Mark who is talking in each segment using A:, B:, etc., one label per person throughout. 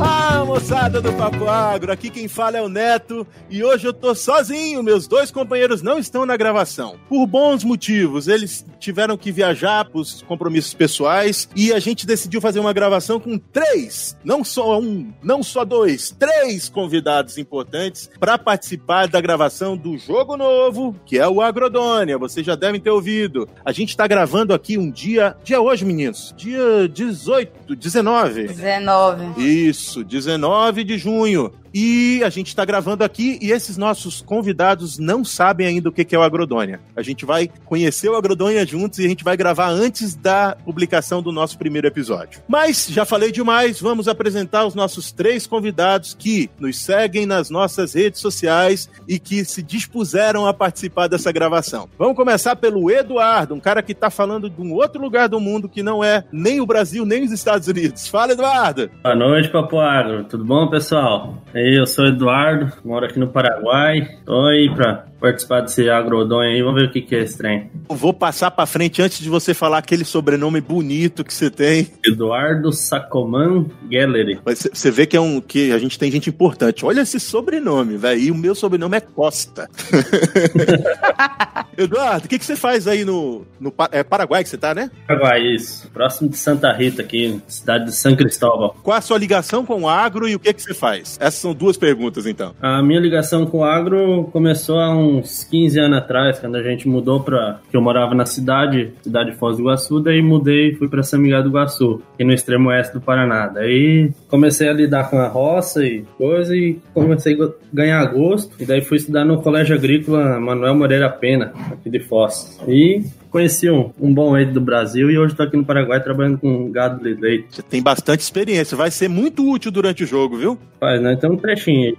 A: Ah, moçada do Papo Agro, aqui quem fala é o Neto e hoje eu tô sozinho. Meus dois companheiros não estão na gravação. Por bons motivos, eles tiveram que viajar pros compromissos pessoais e a gente decidiu fazer uma gravação com três, não só um, não só dois, três convidados importantes para participar da gravação do jogo novo, que é o Agrodônia. Vocês já devem ter ouvido. A gente tá gravando aqui um dia, dia hoje, meninos, dia 18, 19.
B: 19.
A: Isso, 19 de junho. E a gente está gravando aqui e esses nossos convidados não sabem ainda o que que é o Agrodônia. A gente vai conhecer o Agrodônia juntos e a gente vai gravar antes da publicação do nosso primeiro episódio. Mas já falei demais, vamos apresentar os nossos três convidados que nos seguem nas nossas redes sociais e que se dispuseram a participar dessa gravação. Vamos começar pelo Eduardo, um cara que está falando de um outro lugar do mundo que não é nem o Brasil nem os Estados Unidos. Fala, Eduardo!
C: Boa noite, Papo Agro. Tudo bom, pessoal? Eu sou o Eduardo, moro aqui no Paraguai. Tô aí pra participar desse agrodonho aí. Vamos ver o que, que é esse trem.
A: Eu vou passar pra frente antes de você falar aquele sobrenome bonito que você tem.
C: Eduardo Sacoman Gallery.
A: Mas c- Você vê que é um que a gente tem gente importante. Olha esse sobrenome, velho. E o meu sobrenome é Costa. Eduardo, o que, que você faz aí no, no Pa- é Paraguai que você tá, né?
C: Paraguai, isso. Próximo de Santa Rita, aqui, cidade de São Cristóvão.
A: Qual a sua ligação com o agro e o que, que você faz? Essas são duas perguntas, então.
C: A minha ligação com o agro começou há uns 15 anos atrás, quando a gente mudou para que eu morava na cidade, cidade de Foz do Iguaçu, daí mudei e fui para São Miguel do Iguaçu, aqui no extremo oeste do Paraná. Daí comecei a lidar com a roça e coisa e comecei a go- ganhar gosto. E daí fui estudar no Colégio Agrícola Manuel Moreira Pena, aqui de Foz. E conheci um, um bom rei do Brasil e hoje estou aqui no Paraguai trabalhando com gado de leite.
A: Você tem bastante experiência, vai ser muito útil durante o jogo, viu?
C: Faz, né? Então um trechinho aí.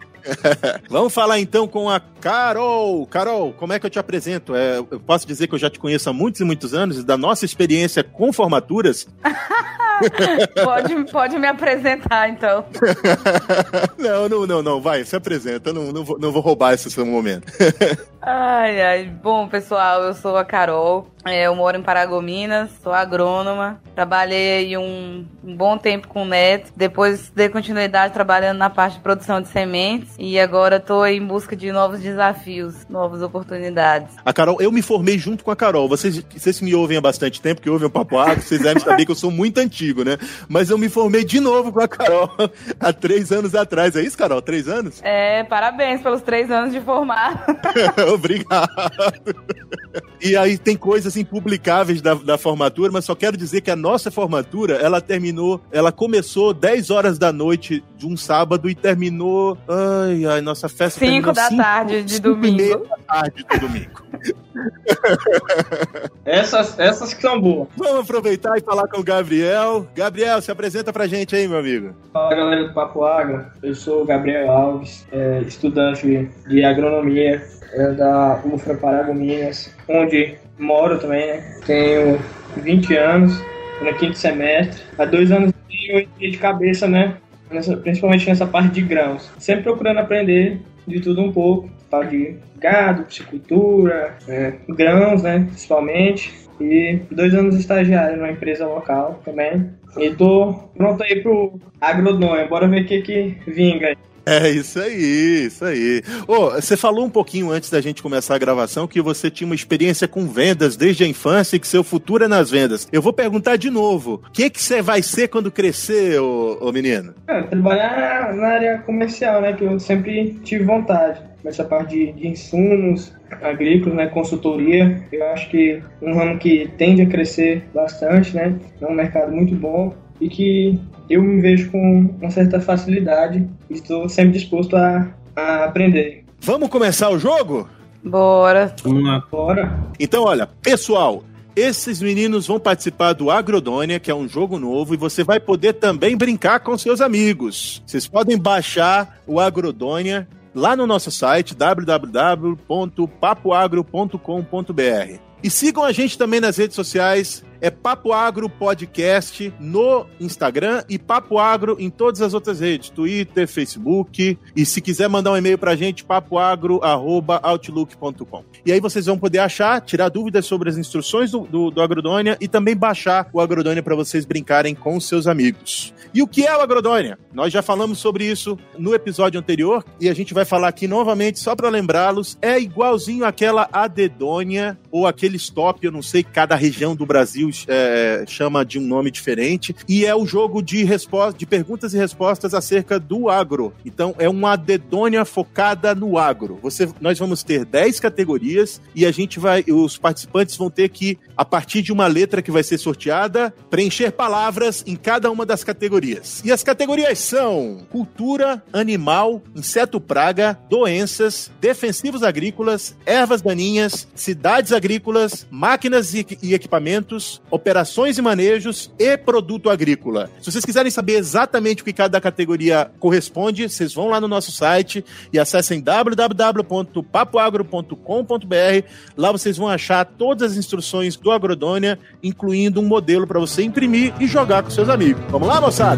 A: Vamos falar então com a Carol. Carol, como é que eu te apresento? É, eu posso dizer que eu já te conheço há muitos e muitos anos e da nossa experiência com formaturas.
B: Pode, pode me apresentar, então.
A: não, não, não, não, vai, se apresenta, eu não, não, vou, não vou roubar esse seu momento.
B: Ai, ai. Bom, pessoal, eu sou a Carol. é, Eu moro em Paragominas, sou agrônoma. Trabalhei aí um, um bom tempo com o Neto. Depois dei continuidade trabalhando na parte de produção de sementes. E agora estou em busca de novos desafios, novas oportunidades.
A: A Carol, eu me formei junto com a Carol. Vocês, vocês me ouvem há bastante tempo, que ouvem o Papo Agro, vocês devem saber que eu sou muito antigo, né? Mas eu me formei de novo com a Carol há três anos atrás. É isso, Carol? Três anos?
B: É, parabéns pelos três anos de formar.
A: Obrigado. E aí tem coisas impublicáveis da, da formatura, mas só quero dizer que a nossa formatura, ela terminou, ela começou 10 horas da noite de um sábado e terminou, ai, ai, nossa festa
B: Cinco
A: terminou
B: da
A: cinco-
B: tarde de
A: cinco e meia
B: domingo.
A: da tarde de domingo.
C: Essas, essas que são boas.
A: Vamos aproveitar e falar com o Gabriel. Gabriel, se apresenta pra gente aí, meu amigo.
D: Fala galera do Papo Agro, eu sou o Gabriel Alves, é, estudante de agronomia é, da UFRA Paragominas, onde moro também, né? Tenho 20 anos, tô no quinto semestre. Há dois anos e meio eu entrei de cabeça, né? Nessa- principalmente nessa parte de grãos. Sempre procurando aprender de tudo um pouco, tal de gado, piscicultura, é, grãos, né? Principalmente. E dois anos estagiário numa empresa local também. E tô pronto aí pro agrodônia. Bora ver o que que vinga.
A: É isso aí, isso aí. Ô, você falou um pouquinho antes da gente começar a gravação que você tinha uma experiência com vendas desde a infância e que seu futuro é nas vendas. Eu vou perguntar de novo: o que que você vai ser quando crescer, ô, ô menino?
D: Ah, trabalhar na área comercial, né? Que eu sempre tive vontade. Nessa parte de, de insumos agrícolas, né? Consultoria. Eu acho que um ramo que tende a crescer bastante, né? É um mercado muito bom e que eu me vejo com uma certa facilidade. e Estou sempre disposto a, a aprender.
A: Vamos começar o jogo?
B: Bora.
C: Vamos lá.
D: Bora!
A: Então, olha, pessoal. Esses meninos vão participar do Agrodônia, que é um jogo novo, e você vai poder também brincar com seus amigos. Vocês podem baixar o Agrodônia lá no nosso site www.papoagro.com.br. E sigam a gente também nas redes sociais. é Papo Agro Podcast no Instagram e Papo Agro em todas as outras redes, Twitter, Facebook. E se quiser mandar um e-mail pra gente, papoagro.outlook.com. E aí vocês vão poder achar, tirar dúvidas sobre as instruções do, do, do Agrodônia e também baixar o Agrodônia para vocês brincarem com os seus amigos. E o que é o Agrodônia? Nós já falamos sobre isso no episódio anterior e a gente vai falar aqui novamente só para lembrá-los. É igualzinho aquela Adedônia ou aquele stop, eu não sei, cada região do Brasil é, chama de um nome diferente. E é o jogo de, resposta, de perguntas e respostas acerca do agro. Então é uma Adedônia focada no agro. Você, nós vamos ter 10 categorias e a gente vai, os participantes vão ter que, a partir de uma letra que vai ser sorteada, preencher palavras em cada uma das categorias. E as categorias são cultura, animal, inseto praga, doenças, defensivos agrícolas, ervas daninhas, cidades agrícolas, máquinas e, e equipamentos, operações e manejos e produto agrícola. Se vocês quiserem saber exatamente o que cada categoria corresponde, vocês vão lá no nosso site e acessem www.papoagro.com.br. Lá vocês vão achar todas as instruções do Agrodônia, incluindo um modelo para você imprimir e jogar com seus amigos. Vamos lá, moçada?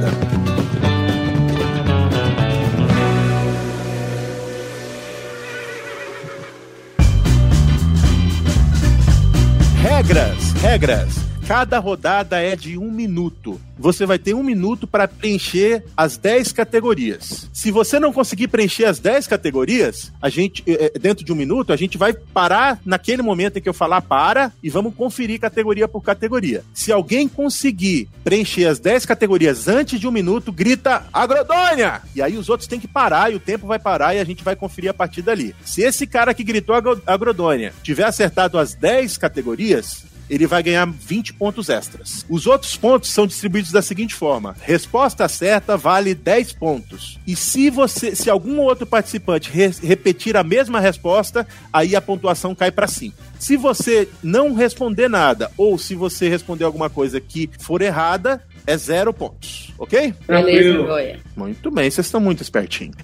A: Regras, regras. Cada rodada é de um minuto. Você vai ter um minuto para preencher as 10 categorias. Se você não conseguir preencher as 10 categorias, a gente dentro de um minuto, a gente vai parar naquele momento em que eu falar para e vamos conferir categoria por categoria. Se alguém conseguir preencher as 10 categorias antes de um minuto, grita Agrodônia! E aí os outros têm que parar e o tempo vai parar e a gente vai conferir a partir dali. Se esse cara que gritou Agrodônia tiver acertado as 10 categorias, ele vai ganhar 20 pontos extras. Os outros pontos são distribuídos da seguinte forma: resposta certa vale 10 pontos. E se você, se algum outro participante re repetir a mesma resposta, aí a pontuação cai para 5. Se você não responder nada ou se você responder alguma coisa que for errada, é zero pontos, ok?
B: Beleza, Goia.
A: Muito bem, vocês estão muito espertinhos.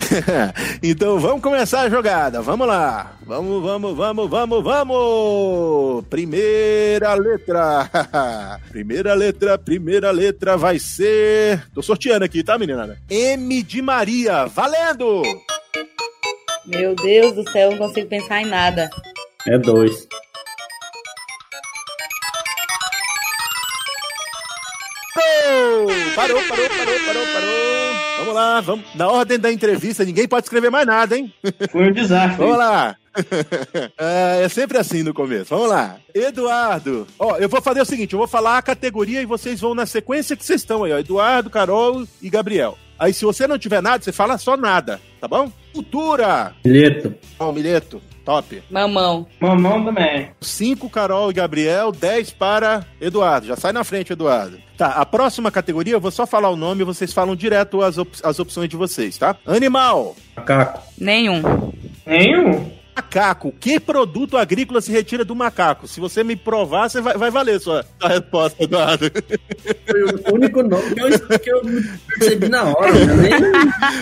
A: então vamos começar a jogada, vamos lá. Vamos, vamos, vamos, vamos, vamos! Primeira letra. primeira letra, primeira letra vai ser... Tô sorteando aqui, tá, meninada? M de Maria, valendo!
B: Meu Deus do céu, não consigo pensar em nada.
C: É dois.
A: Parou, parou, parou, parou, parou. Vamos lá, vamos. Na ordem da entrevista, ninguém pode escrever mais nada, hein?
D: Foi um desastre.
A: Vamos lá. é sempre assim no começo. Vamos lá. Eduardo. Ó, eu vou fazer o seguinte: eu vou falar a categoria e vocês vão na sequência que vocês estão aí, ó. Eduardo, Carol e Gabriel. Aí, se você não tiver nada, você fala só nada, tá bom? Cultura!
C: Milheto.
A: Ó, oh, milheto. Top.
B: Mamão.
D: Mamão também.
A: 5 Carol e Gabriel, 10 para Eduardo. Já sai na frente, Eduardo. Tá, a próxima categoria eu vou só falar o nome e vocês falam direto as, op as opções de vocês, tá? Animal.
C: Macaco.
B: Nenhum.
D: Nenhum?
A: Macaco. Que produto agrícola se retira do macaco? Se você me provar, você vai, vai valer sua, sua resposta, Eduardo.
C: Foi o único nome que eu, que eu percebi na hora. Né?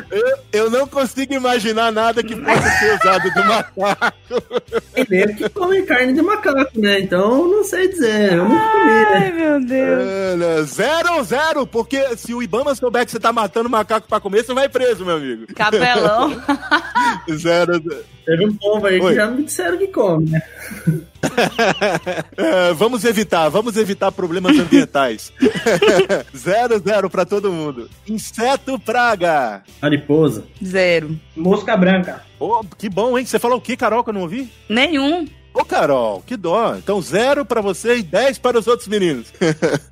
A: Eu, eu, não consigo imaginar nada que possa ser usado do macaco.
C: Primeiro que come carne de macaco, né? Então não sei dizer. Eu nunca comi, né?
B: Ai, meu Deus.
A: É, zero, zero, porque se o Ibama souber que você tá matando macaco pra comer, você vai preso, meu amigo.
B: Capelão.
A: zero, zero.
C: Teve um povo aí Oi. que já me disseram que come, né?
A: é, vamos evitar, vamos evitar problemas ambientais. zero, zero pra todo mundo. Inseto praga.
C: Mariposa.
B: Zero.
D: Mosca branca.
A: Oh, que bom, hein? Você falou o que, Carol, que eu não ouvi?
B: Nenhum.
A: Ô, Carol, que dó. Então, zero para você e dez para os outros meninos.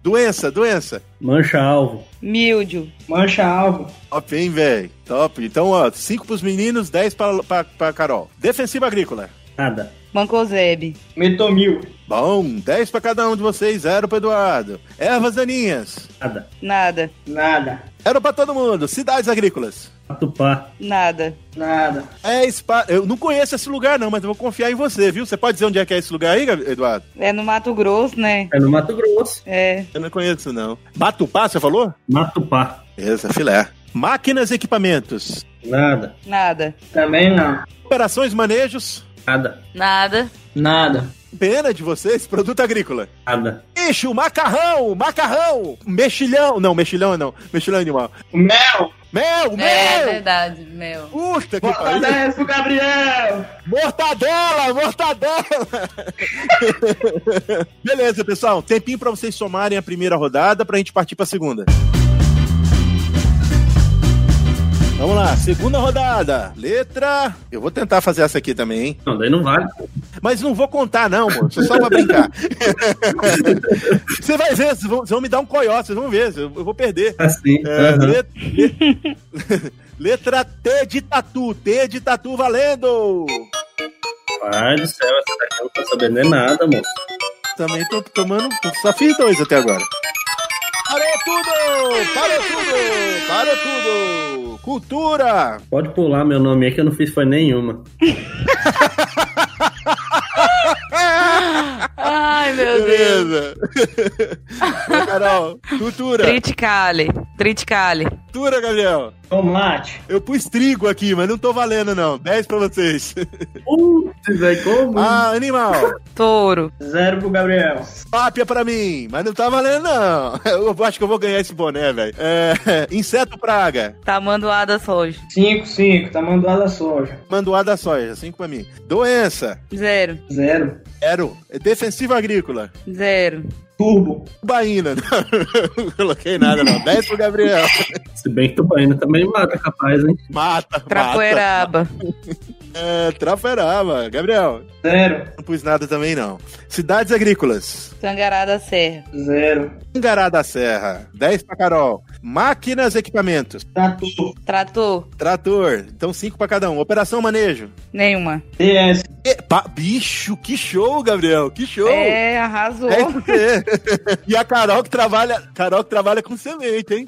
A: doença, doença.
C: Mancha-alvo.
B: Mildio.
D: Mancha-alvo.
A: Top, hein, velho? Top. Então, ó, cinco para os meninos, dez para Carol. Defensiva agrícola.
C: Nada.
B: Mancozeb.
D: Metomil.
A: Bom, 10 para cada um de vocês, zero para Eduardo. Ervas daninhas.
C: Nada.
B: Nada.
D: Nada.
A: Era para todo mundo. Cidades agrícolas.
C: Matupá.
B: Nada.
D: Nada.
A: É spa... Eu não conheço esse lugar, não, mas eu vou confiar em você, viu? Você pode dizer onde é que é esse lugar aí, Eduardo?
B: É no Mato Grosso, né?
C: É no Mato Grosso.
B: É.
A: Eu não conheço, não. Matupá, você falou?
C: Matupá.
A: Beleza, filé. Máquinas e equipamentos.
C: Nada.
B: Nada.
D: Também não.
A: Operações, manejos.
C: Nada.
B: Nada.
C: Nada.
A: Pena de vocês, produto agrícola.
C: Nada.
A: E bicho, macarrão, macarrão, mexilhão. Não, mexilhão não, mexilhão é animal.
D: Mel!
A: Mel, mel!
B: É verdade, meu.
A: Puta que
D: Bota
A: pariu!
D: dez pro Gabriel!
A: Mortadela, mortadela! Beleza, pessoal. Tempinho pra vocês somarem a primeira rodada pra gente partir pra segunda. Vamos lá, segunda rodada. Letra. Eu vou tentar fazer essa aqui também, hein?
C: Não, daí não vale.
A: Mas não vou contar, não, moço. Só pra brincar. Você vai ver, vocês vão, vocês vão me dar um coiote, vocês vão ver. Eu eu vou perder.
C: Assim.
A: É,
C: aham.
A: let- letra T de tatu. T de tatu valendo!
C: Pai do céu, essa daqui eu não tô sabendo nem nada, mano.
A: Também tô tomando. Só fiz dois até agora. Parou tudo! Parou tudo! Parou tudo! Cultura!
C: Pode pular meu nome aí que eu não fiz foi nenhuma.
B: Ai, meu Deus.
A: Beleza! Vai, Carol, cultura!
B: Triticale, triticale.
A: Cultura, Gabriel!
D: É. Tomate!
A: Eu pus trigo aqui, mas não tô valendo, não. 10 pra vocês.
C: Putz, velho, como?
A: Ah, animal!
B: Touro.
D: Zero pro Gabriel.
A: Pápia pra mim, mas não tá valendo, não. Eu acho que eu vou ganhar esse boné, velho. É, inseto praga,
B: Tamanduá da soja.
D: Cinco, cinco. Tá mandoada soja.
A: mandoá da soja, 5 pra mim. Doença,
B: Zero.
D: Zero.
A: ero, defensivo agrícola.
B: Zero.
D: Turbo.
A: Baína, não, não coloquei nada, não. 10 pro Gabriel.
C: Se bem que Tubaína também mata, capaz, hein?
A: Mata, mata.
B: Trapoeraba.
A: É, trapoeraba. Gabriel,
D: Zero.
A: não pus nada também, não. Cidades agrícolas.
B: Tangará da Serra.
D: Zero.
A: Angará da Serra, 10 pra Carol. Máquinas, equipamentos.
D: Tatu.
B: Trator.
A: Trator, então 5 pra cada um. Operação Manejo.
B: Nenhuma.
D: DS.
A: E- pa- bicho, que show, Gabriel, que show.
B: É, arrasou.
A: É isso aí. e a Carol que trabalha, Carol que trabalha com semente, hein?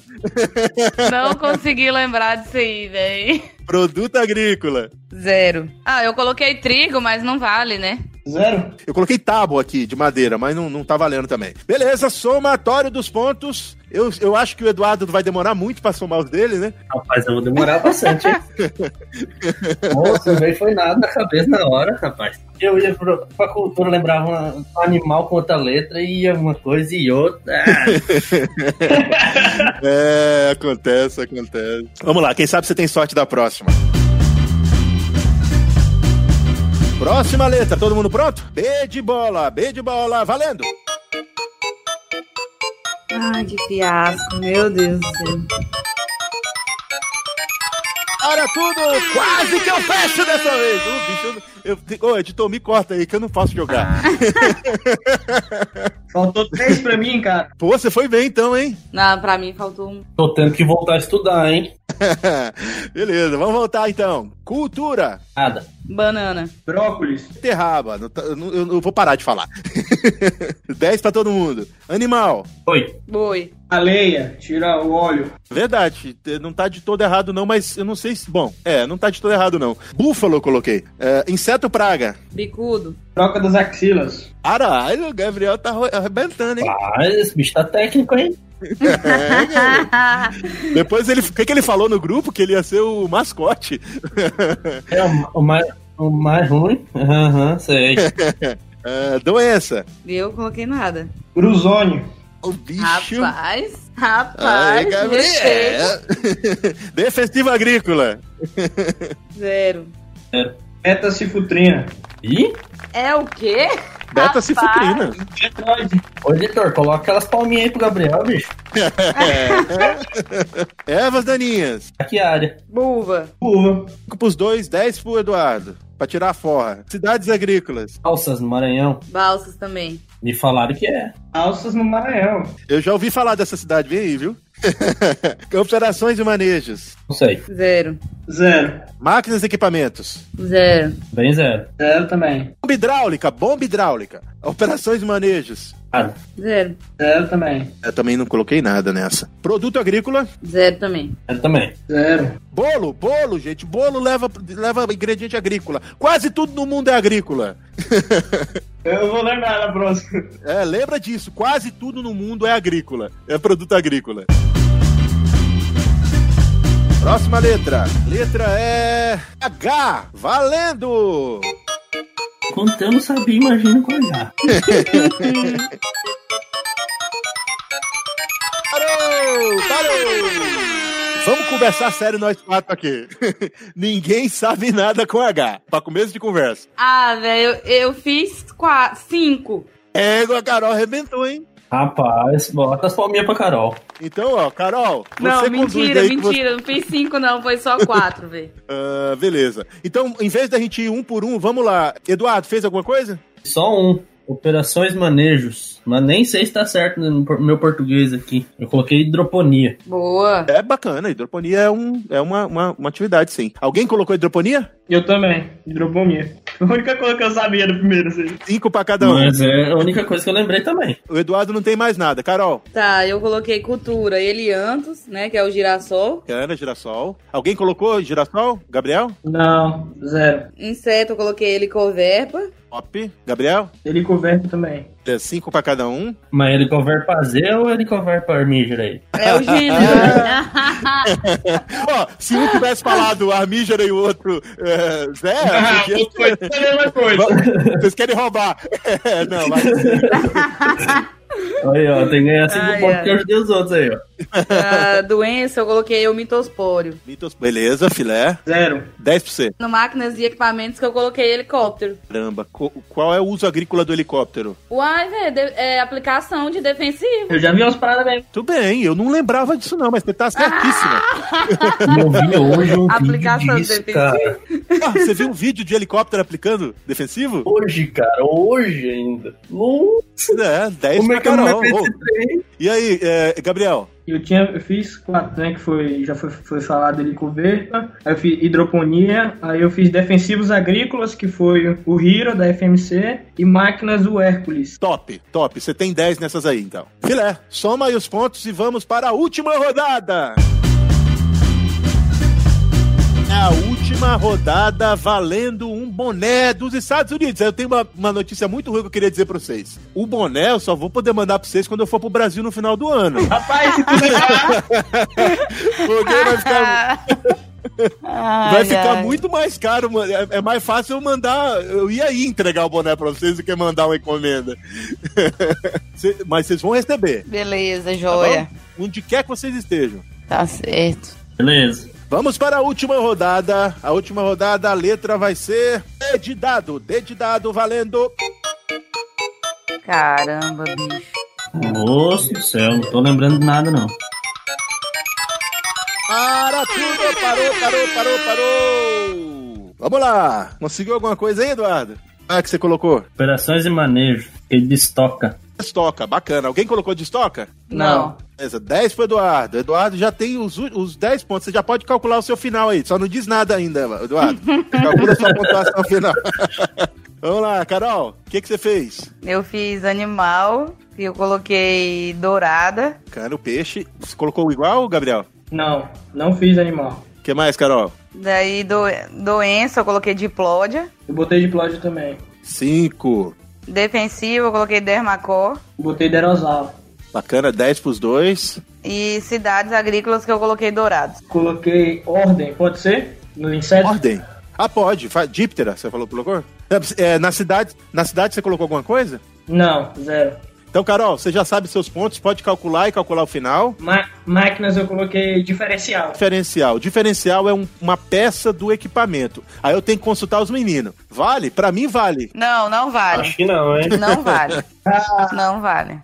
B: Não consegui lembrar disso aí, velho.
A: Produto agrícola.
B: Zero. Ah, eu coloquei trigo, mas não vale, né?
D: Zero.
A: Eu coloquei tábua aqui de madeira, mas não, não tá valendo também. Beleza, somatório dos pontos. Eu, eu acho que o Eduardo vai demorar muito pra somar os dele, né?
C: Rapaz, eu vou demorar bastante, hein? Nossa, não veio foi nada na cabeça na hora, rapaz. Eu ia pro, pra cultura, lembrava uma- um animal com outra letra e uma coisa e outra. Ah,
A: É, acontece, acontece. Vamos lá, quem sabe você tem sorte da próxima. Próxima letra, todo mundo pronto? B de bola, B de bola, valendo!
B: Ai, que fiasco, meu Deus do céu.
A: Para tudo! Quase que eu fecho dessa vez! Ô, bicho, eu, eu, ô, editor, me corta aí que eu não posso jogar.
D: Faltou três pra mim, cara.
A: Pô, você foi bem então, hein?
B: Não, pra mim faltou um.
C: tô tendo que voltar a estudar, hein?
A: Beleza, vamos voltar então. Cultura,
C: Nada.
B: Banana.
D: Brócolis.
A: terraba. não tá- Eu, não- eu não vou parar de falar. 10 pra todo mundo. Animal.
C: Oi.
B: Boi.
D: Baleia. Tira o óleo.
A: Verdade, eh, não tá de todo errado não, mas eu não sei se... Bom, é, não tá de todo errado não. Búfalo eu coloquei. Eh, inseto praga.
B: Bicudo.
D: Troca das axilas.
A: Caralho, o Gabriel tá arro- arrebentando, hein?
C: Ah, esse bicho tá técnico, hein?
A: É, cara. Depois ele... O que, que ele falou no grupo? Que ele ia ser o mascote.
C: É o, o mais, o mais ruim. Aham, sei.
A: Ah, doença.
B: Eu coloquei nada.
D: Gruzônio.
A: O bicho.
B: Rapaz,
A: Ai,
B: rapaz,
A: Gabriel.
B: respeito.
A: Defensivo agrícola. É.
B: Zero.
D: Beta-cifutrina.
C: Ih,
B: É o quê?
A: Beta cifutrina.
D: Betoide.
C: ô editor, coloca aquelas palminhas aí pro Gabriel, bicho.
A: Ervas daninhas.
C: Aqui a área.
B: Buva.
D: Uva.
A: 5 pros dois, 10 pro Eduardo. Pra tirar a forra. Cidades agrícolas.
C: Calças no Maranhão.
B: Balsas também.
C: Me falaram que é.
D: Alças no Maranhão.
A: Eu já ouvi falar dessa cidade, vem aí, viu? Operações e manejos.
C: Não sei.
B: Zero.
D: Zero.
A: Máquinas e equipamentos.
B: Zero.
C: Bem zero.
D: Zero também.
A: Bomba hidráulica, bomba hidráulica. Operações e manejos.
C: Nada.
B: Zero.
D: Zero também.
A: Eu também não coloquei nada nessa. Produto agrícola.
B: Zero também.
C: Zero também.
D: Zero.
A: Bolo, bolo, gente. Bolo leva, leva ingrediente agrícola. Quase tudo no mundo é agrícola.
D: Eu vou lembrar na próxima.
A: É, lembra disso, quase tudo no mundo é agrícola, é produto agrícola. Próxima letra. Letra é H. Valendo!
C: Quando eu não sabia, imagina com H.
A: Parou! Parou! Vamos conversar sério nós quatro aqui. Ninguém sabe nada com H, pra começo de conversa.
B: Ah, velho, eu, eu fiz quatro, cinco.
A: É, a Carol arrebentou, hein?
C: Rapaz, bota as palminhas pra Carol.
A: Então, ó, Carol,
B: Não,
A: você conduz
B: mentira,
A: aí que você-
B: mentira. Não fiz cinco, não. Foi só quatro, velho.
A: Ah, beleza. Então, em vez da gente ir um por um, vamos lá. Eduardo, fez alguma coisa?
C: Só um. Operações manejos. Mas nem sei se tá certo no por- meu português aqui. Eu coloquei hidroponia.
B: Boa.
A: É bacana, hidroponia é, um, é uma, uma, uma atividade, sim. Alguém colocou hidroponia?
D: Eu também, hidroponia. A única coisa que eu sabia do primeiro, assim.
A: Cinco pra cada um.
C: Mas é a única coisa que eu lembrei também.
A: O Eduardo não tem mais nada. Carol,
B: Tá, eu coloquei cultura eliantos, né? Que é o girassol.
A: Ana, girassol. Alguém colocou girassol? Gabriel?
D: Não, zero.
B: Inseto, eu coloquei helicoverpa.
A: Top. Gabriel?
D: Ele governa também.
A: É cinco pra cada um.
C: Mas ele cover pra Z ou ele cover pra Armígera aí?
B: É o gênero. né?
A: Ó, se um tivesse falado Armígera e o outro é, Zé,
C: Ah,
A: podia-
D: Ah, foi a mesma coisa.
A: Va- vocês querem roubar. É, não, mas...
C: Aí, ó, tem que ganhar
B: Ai,
C: cinco pontos
B: ai.
C: que eu ajudei os outros aí, ó.
B: Ah, doença, eu coloquei o mitospório.
A: Mitos- Beleza, filé.
D: Zero.
A: 10 pra você.
B: No máquinas e equipamentos que eu coloquei helicóptero.
A: Caramba, co- qual é o uso agrícola do helicóptero?
B: Uai, velho, de- é aplicação de defensivo.
D: Eu já vi umas paradas mesmo.
A: Tudo bem, eu não lembrava disso não, mas você tá certíssima.
C: Ah! Eu vi hoje um
B: Aplicação
C: vídeo
B: de
C: disso,
B: defensiva.
C: cara.
A: Ah, você viu um vídeo de helicóptero aplicando defensivo?
C: Hoje, cara, hoje ainda. Nossa,
A: É, 10
C: como
A: pra
C: é que eu não
A: Carol.
C: lembrei
A: Ô,
C: desse trem?
A: E aí, é, Gabriel?
D: Eu tinha, eu fiz quatro, né? Que foi, já foi, foi falado ele coberta. Aí eu fiz hidroponia. Aí eu fiz defensivos agrícolas, que foi o Hiro da FMC. E máquinas, o Hércules.
A: Top, top. Você tem 10 nessas aí, então. Filé, soma aí os pontos e vamos para a última rodada. A última rodada valendo um boné dos Estados Unidos. Eu tenho uma, uma notícia muito ruim que eu queria dizer pra vocês. O boné eu só vou poder mandar pra vocês quando eu for pro Brasil no final do ano.
D: Rapaz, se tu
A: Porque vai ficar,
B: Ai,
A: vai ficar
B: ai.
A: muito mais caro. mano. É, é mais fácil eu mandar. Eu ia aí entregar o boné pra vocês do que mandar uma encomenda. Cê- Mas vocês vão receber.
B: Beleza,
A: Tá
B: joia.
A: onde quer que vocês estejam.
B: Tá, certo.
C: Beleza.
A: Vamos para a última rodada. A última rodada, a letra vai ser D de dado. D de dado valendo.
B: Caramba, bicho.
C: Nossa do céu, não tô lembrando de nada, não.
A: Para tudo, parou, parou, parou, parou. Vamos lá. Conseguiu alguma coisa aí, Eduardo? Ah, que você colocou?
C: Operações e manejo, que destoca.
A: Destoca, bacana. Alguém colocou destoca?
D: Não.
A: Beleza, 10 pro Eduardo. Eduardo já tem os, u- os 10 pontos. Você já pode calcular o seu final aí. Só não diz nada ainda, Eduardo. Calcula a sua pontuação final. Vamos lá, Carol. O que, que você fez?
B: Eu fiz animal e eu coloquei dourada.
A: Cara, o peixe. Você colocou igual, Gabriel?
D: Não, não fiz animal.
A: O que mais, Carol?
B: Daí do- doença, eu coloquei diplódia.
D: Eu botei diplódio também.
A: Cinco.
B: Defensivo, eu coloquei dermacor.
D: Botei derosal.
A: Bacana, 10 pros dois.
B: E cidades agrícolas que eu coloquei dourados.
D: Coloquei ordem, pode ser? No inseto?
A: Ordem. Ah, pode. Fa- Díptera, você falou, colocou? É, na, cidade, na cidade você colocou alguma coisa?
D: Não, zero.
A: Então, Carol, você já sabe seus pontos, pode calcular e calcular o final.
D: Ma- máquinas eu coloquei diferencial.
A: Diferencial. Diferencial é um- uma peça do equipamento. Aí eu tenho que consultar os meninos. Vale? Pra mim, vale.
B: Não, não vale.
C: que não, hein?
B: Não vale. Não vale.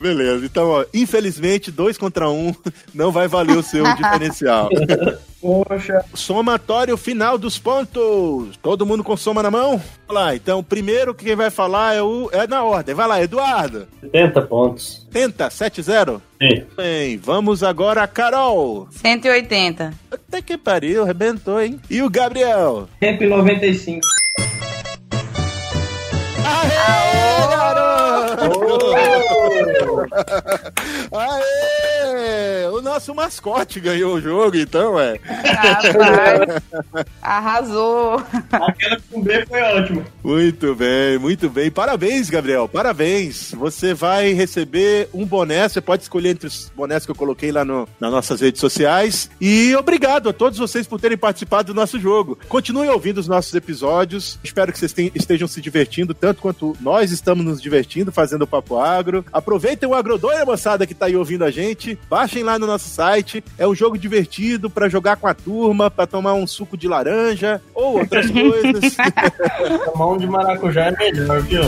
A: Beleza. Então, ó, infelizmente, dois contra um não vai valer o seu diferencial.
D: Poxa,
A: Somatório final dos pontos. Todo mundo com soma na mão? Vamos lá, então, primeiro quem vai falar é o. É na ordem. Vai lá, Eduardo.
C: 70 pontos.
A: Tenta, 7-0.
C: Sim.
A: Bem, vamos agora, a Carol.
B: 180.
A: Até que pariu, arrebentou, hein? E o Gabriel?
D: 195.
A: Aê, garoto! Aê, É, o nosso mascote ganhou o jogo, então, é.
B: Rapaz, arrasou.
D: Aquela com B foi ótima.
A: Muito bem, muito bem. Parabéns, Gabriel, parabéns. Você vai receber um boné, você pode escolher entre os bonés que eu coloquei lá no, nas nossas redes sociais. E obrigado a todos vocês por terem participado do nosso jogo. Continuem ouvindo os nossos episódios. Espero que vocês ten- estejam se divertindo tanto quanto nós estamos nos divertindo fazendo o Papo Agro. Aproveitem o Agrodonha, moçada, que tá aí ouvindo a gente. Baixem lá no nosso site. É um jogo divertido para jogar com a turma, para tomar um suco de laranja ou outras coisas.
C: Tomar um de maracujá é melhor, viu?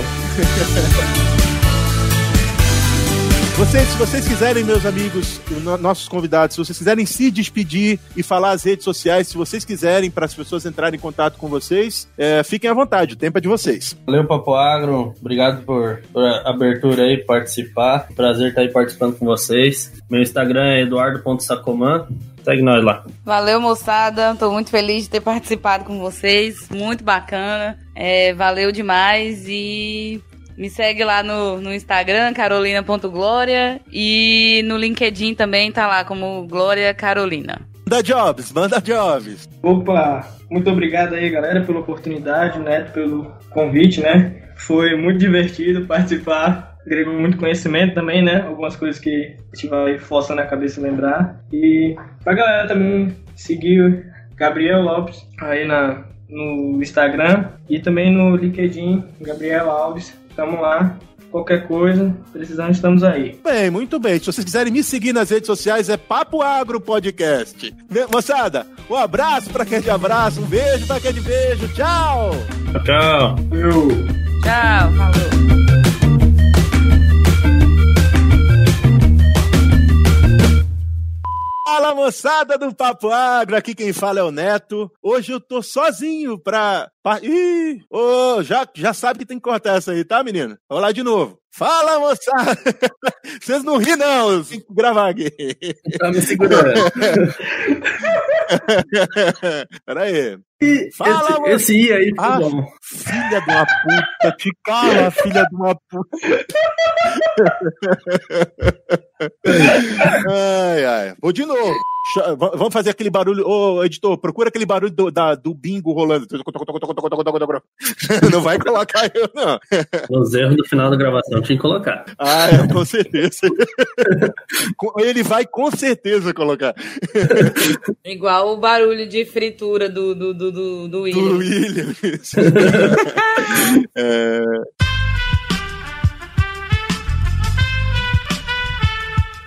A: Vocês, se vocês quiserem, meus amigos, no- nossos convidados, se vocês quiserem se despedir e falar as redes sociais, se vocês quiserem, para as pessoas entrarem em contato com vocês, é, fiquem à vontade, o tempo é de vocês.
C: Valeu, Papo Agro. Obrigado por, por a abertura aí, participar. Prazer estar aí participando com vocês. Meu Instagram é eduardo.sacoman. Segue nós lá.
B: Valeu, moçada. Tô muito feliz de ter participado com vocês. Muito bacana. É, valeu demais. E me segue lá no, no Instagram, carolina.gloria. E no LinkedIn também tá lá como Glória Carolina.
A: Manda jobs, manda jobs.
D: Opa, muito obrigado aí, galera, pela oportunidade, né? Pelo convite, né? Foi muito divertido participar. Agregou muito conhecimento também, né? Algumas coisas que a gente vai forçando a cabeça lembrar. E pra galera também seguir o Gabriel Lopes aí na, no Instagram e também no LinkedIn, Gabriel Alves. Tamo lá. Qualquer coisa, precisando, estamos aí.
A: Bem, muito bem. Se vocês quiserem me seguir nas redes sociais, é Papo Agro Podcast. Né, Moçada, um abraço para quem é de abraço, um beijo para quem é de beijo. Tchau!
C: Tchau, tchau.
D: Eu.
B: Tchau, falou.
A: Fala moçada do Papo Agro, aqui quem fala é o Neto. Hoje eu tô sozinho pra. pa- Ih! Ô, já, já sabe que tem que cortar essa aí, tá, menina? Vou lá de novo. Fala moçada! Vocês não ri, não, eu tenho que gravar aqui.
C: Tá me segurando.
A: Pera aí.
C: E
A: Fala, mano.
C: esse, esse I aí ficou
A: Ah.
C: bom.
A: Filha de uma puta, te cala, filha de uma puta. ai, ai. Vou de novo. Ch- va- Vamos fazer aquele barulho. Ô, editor, procura aquele barulho do, da- do bingo rolando. Não vai colocar eu, não.
C: Os erros do final da gravação tinha que colocar.
A: Ah, é, com certeza. Com- Ele vai com certeza colocar.
B: Igual o barulho de fritura do, do, do, do, do
A: Do
B: William.
A: William. É.